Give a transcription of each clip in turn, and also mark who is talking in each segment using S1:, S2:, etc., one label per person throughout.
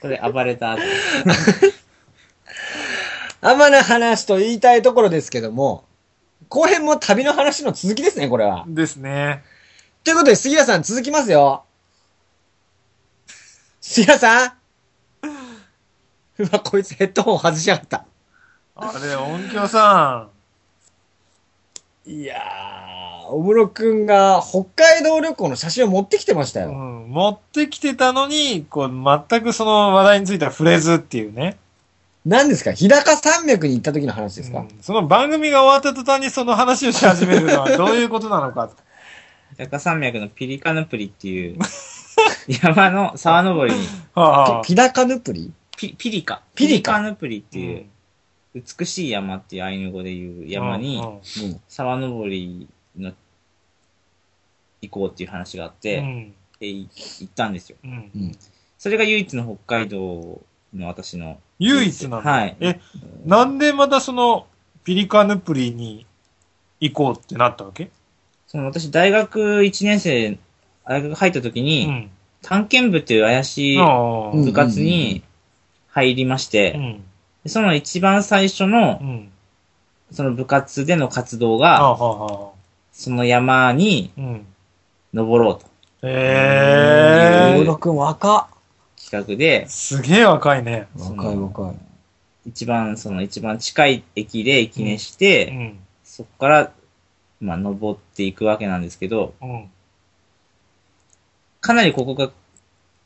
S1: それ暴れた後。
S2: 天の話と言いたいところですけども、後編も旅の話の続きですね、これは。
S3: ですね。
S2: ということで、杉谷さん続きますよ。杉谷さん うわ、こいつヘッドホン外しやがった。
S3: あれ、音響さ
S2: いやー、小室くんが北海道旅行の写真を持ってきてました
S3: ん、う
S2: よ。
S3: ん、持ってきてたのに、こう、全くその話題については触れずっていうね。
S2: 何ですか日高山脈に行った時の話ですか、
S3: うんその番組が終わった途端にその話をし始めるのはどういうことなのか。
S1: 高山脈のピリカヌプリっていう、 山の沢登りに、
S3: はあ
S2: ピピダカヌプリ
S1: ピピリカ。
S2: ピリカ
S1: ヌプリっていう、美しい山っていうアイヌ語で言う山に、
S3: うんう
S2: う
S3: ん
S2: ん。
S1: 沢登りの、行こうっていう話があって、
S3: うん
S1: でい行ったんですよ。
S3: うん
S2: うん
S1: それが唯一の北海道の私の。
S3: 唯一なの。
S1: はい
S3: え、なんでまたその、ピリカヌプリに行こうってなったわけ
S1: その私、大学1年生、大学入った時
S3: う
S1: に、
S3: ん。
S1: 探検部っていう怪しい
S3: ああ。
S2: うん
S1: 部活に入りまして、
S3: うん。
S1: でその一番最初
S3: う
S1: の、
S3: ん。
S1: その部活での活動
S3: ああ、
S1: が、
S3: はあ、
S1: その山に
S3: うん。
S1: 登ろうと
S2: 小
S3: ええ
S1: うん
S2: 室くん若
S1: 企画で、
S3: すげえ若いね。
S1: その
S2: 若い若い。
S1: 一番、その一番近い駅で駅寝し
S3: う
S1: て、
S3: ん。
S1: そこから、まあ、登っていくわけなんですけど、
S3: うん。
S1: かなりここが、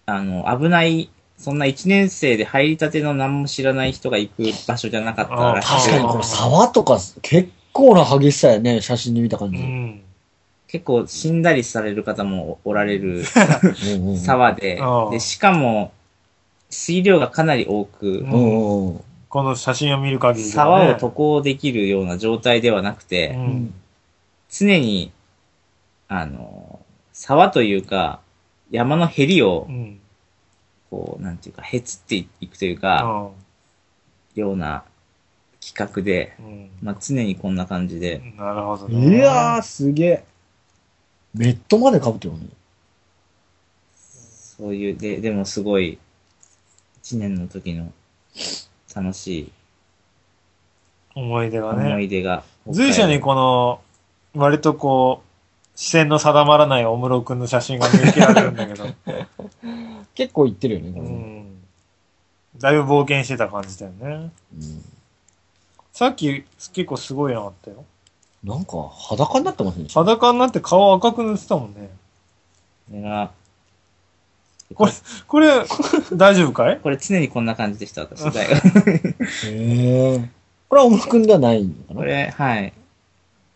S1: あの、危ない、そんな1年生で入りたての何も知らない人が行く場所じゃなかったらしく
S2: 確かにこの沢とか結構な激しさやね、写真で見た感
S3: う
S2: じ。
S3: ん。
S1: 結構死んだりされる方もおられる
S2: うんうん
S1: 沢で
S3: あ、あ
S1: で、しかも、水量がかなり多く、
S3: う
S2: うんうん
S3: この写真を見る限りではね、
S1: 沢を渡航できるような状態ではなくて、
S3: う
S2: うんん。
S1: 常に、あの、沢というか、山のへりを
S3: う、ん。
S1: こう、なんていうか、へつっていくという
S3: う
S1: か、
S3: ん。
S1: ような企画で、
S3: うん
S1: まあ、常にこんな感じで、
S3: なるほど
S2: い
S3: ね。
S2: やー、すげえ。メットまで被ってるのね。
S1: そういう、で、でもすごい、一年の時の楽しい
S3: 思い出が
S1: 思
S3: ね。
S1: い出が。
S3: 随所にこの、割とこう、視線の定まらない小室くんの写真が見受けられるんだけど、
S2: 結構行ってるよね、こ
S3: う
S2: れね。
S3: ん。だいぶ冒険してた感じだよね。
S2: うん
S3: さっき結構すごいのあったよ。
S2: なんか裸になってますね。
S3: 裸になって顔赤く塗ってたもんね。
S1: これが、
S3: これ、これ、大丈夫か い
S1: これ常にこんな感じでした、 私。大学
S2: へえ。これは小野くんではないのか
S1: こ
S2: な
S1: れ、はい。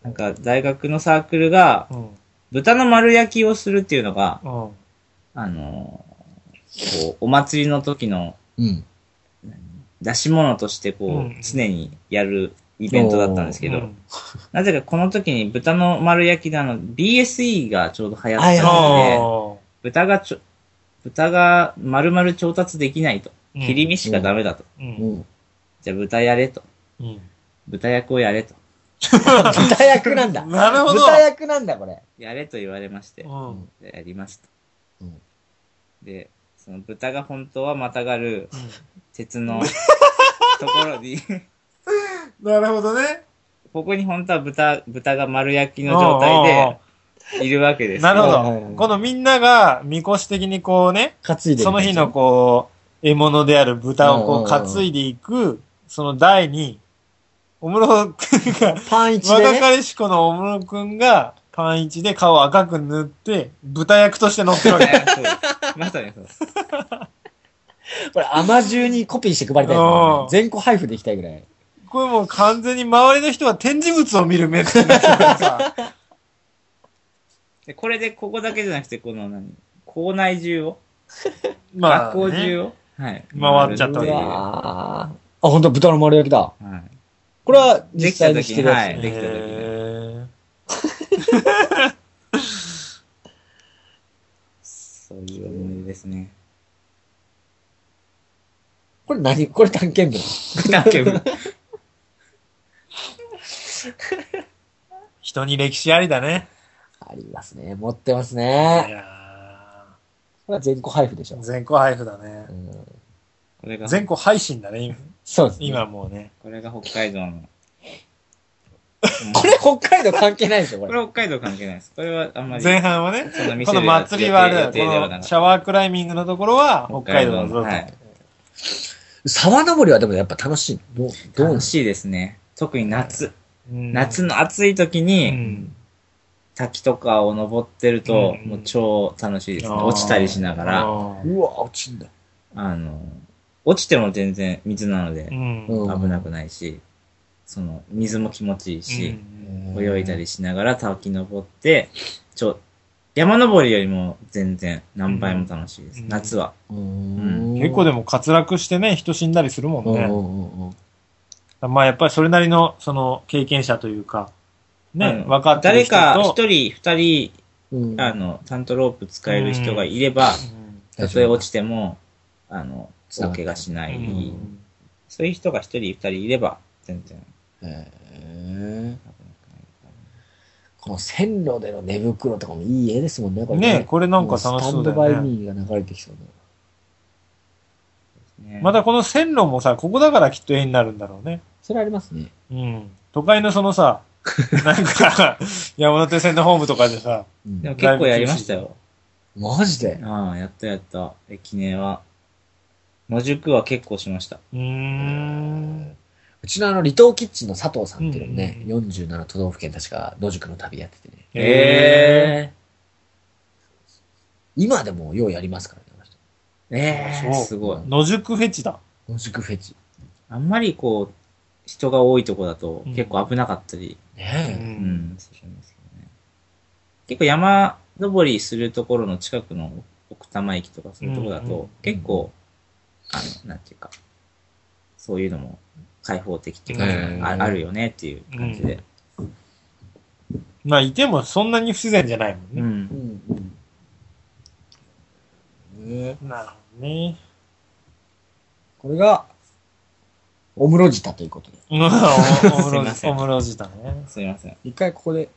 S1: なんか、大学のサークルが、
S3: うん。
S1: 豚の丸焼きをするっていうのが、
S3: うん。
S1: あのーこう、お祭りの時の
S2: うん。
S1: 出し物として、こう、
S3: うん
S1: 常にやるイベントだったんですけ
S3: う
S1: ど、
S3: ん
S1: なぜかこの時に豚の丸焼きであの、BSE がちょうど流行っ
S2: はい
S1: て
S2: は
S1: たの
S3: あ
S1: で、豚がちょ、豚が丸々調達できないと。
S3: ー
S1: 切り身しかダメだと。
S3: う。
S2: うんん。
S1: じゃあ豚やれと。
S3: うん。
S1: 豚役をやれと。
S2: 豚役なんだ。
S3: なるほど。
S2: 豚役なんだ、これ。
S1: やれと言われまして、
S3: うん。
S1: でやりますと。
S2: うん
S1: で、その豚が本当はまたがる鉄のところに、
S3: なるほどね。
S1: ここに本当は豚、豚が丸焼きの状態でいるわけですよ。
S3: なるほ
S2: はいはいは
S3: ど。
S2: い
S3: このみんなが、みこし的にこうね、
S2: 担いでる。
S3: その日のこう、獲物である豚をこう担いでいく、その台に、小室くんが、
S2: パン一で
S3: 若
S2: ね。
S3: かりし子の小室くんが、パン一で顔を赤く塗って、豚役として乗ってるわ け。
S1: ねそうですまさにそうです。
S2: これ、甘中にコピーして配りたいです
S3: う
S2: ね
S3: ん。
S2: 全個配布できたいぐらい。
S3: これもう完全に周りの人は展示物を見る目ってなってるから さ
S1: で、これでここだけじゃなくて、この何校内中を、
S3: まあ、
S1: 学校
S3: ね
S1: 中を、はい。
S3: 回っちゃった
S2: う
S3: わけで
S1: 回るっていう
S2: わーあ、本当豚の丸焼きだ。
S1: はい。
S2: これは実際にしてるやつ
S1: できた時にはい
S2: ね。
S3: へー
S1: そういう思い出です ね。
S2: これ何これ探検部。
S1: だけど
S3: 人に歴史ありだね。
S2: ありますね。持ってます
S3: い
S2: ね。
S3: や
S2: これは全個配布でしょ
S3: ー。全校配布だね
S2: う。ん
S1: これが、
S3: 全国配信だね、今
S2: そうです、ね。
S3: 今もうね。
S1: これが北海道の。
S2: これ北海道関係ないでしょ、こ
S1: こ
S2: れ。
S1: れ北海道関係ないです。これはあんまり。
S3: 前半はね、
S1: そんな見せ
S3: こ
S1: る
S3: の祭りはあれだよ。
S1: 予定では
S3: こ
S1: なか
S3: の
S1: った
S3: シャワークライミングのところは北海道のぞと。
S1: はい。
S2: 沢登りはでもやっぱ楽しい。どう、どうなん
S1: 楽
S2: です
S1: しいですね。特に夏。
S3: うん
S1: 夏の暑い時
S3: う
S1: に、
S3: ん。
S1: 滝とかを登ってると、
S3: うん
S1: もう超楽しいですね。
S3: あー
S1: 落ちたりしなが
S3: あ
S1: ら、
S2: か
S3: ー
S2: うわ、落ちんだ。
S1: あの、落ちても全然水なので
S3: う、ん。
S2: うん
S1: 危なくないし、その、水も気持ちいいし、
S2: うん
S1: 泳いだりしながら滝登って、ちょ、山登りよりも全然何倍も楽しいです。
S3: うん
S1: 夏は。
S2: うん
S3: 結構
S2: で
S3: でも滑落してね、人死んだりするもんね。
S2: ね。
S3: まあやっぱりそれなりの、その、経験者というか、ね、
S1: うん
S3: 分かってる
S1: 誰
S3: 人
S1: か
S3: と、
S1: 一人、二人、
S2: うん
S1: あの、タントロープ使える人がいれば、
S3: うん
S1: たとえ落ちても、あの、大怪我しない、
S3: うん
S1: そういう人が一人、二人いれば、全然。
S2: へえこの線路での寝袋とかもいい絵ですもんね、これ
S3: ねこれなんか楽しそうだよね
S2: スタンドバイミーが流れてきそう
S1: ね
S3: また、この線路もさ、ここだからきっと絵になるんだろうね。
S2: な。それありますね。
S3: うん。都会のその さ、なんか、山手線のホームとかでさ、
S2: うん
S1: でも結構やりましたよ。
S2: マジで
S1: ああ、やったやった。駅名は。野宿は結構しました。
S3: うーん。
S2: うちのあの、離島キッチンの佐藤さんっていうのもね、
S3: うん
S2: 47都道府県確か野宿の旅やっててね。
S1: え
S2: 今でもようやりますからね、あの人
S1: えええ
S3: そう
S1: すごい。
S3: 野宿フェチだ。
S2: 野宿フェチ。
S1: あんまりこう、人が多いとこだと
S3: うん
S1: 結構危なかったり、
S3: う
S2: ね
S1: うん、
S3: ん。
S1: するんですよね。結構山登りするところの近くの奥多摩駅とかそういうところだ
S3: うんう
S1: と
S3: ん
S1: 結構、あの、なんていうか、そういうのも開放的っていうか、
S2: うん
S1: ああるよねっていう感じで。
S3: まあ、いてもそんなに不自然じゃないもん
S1: う。
S3: ね。
S2: え。うんんうん。ね
S3: なるほどね。
S2: これが、お室舌ということで。
S3: うん、おおむろ
S1: すいません
S3: おむろじだね。
S1: すいません。
S2: 一回ここで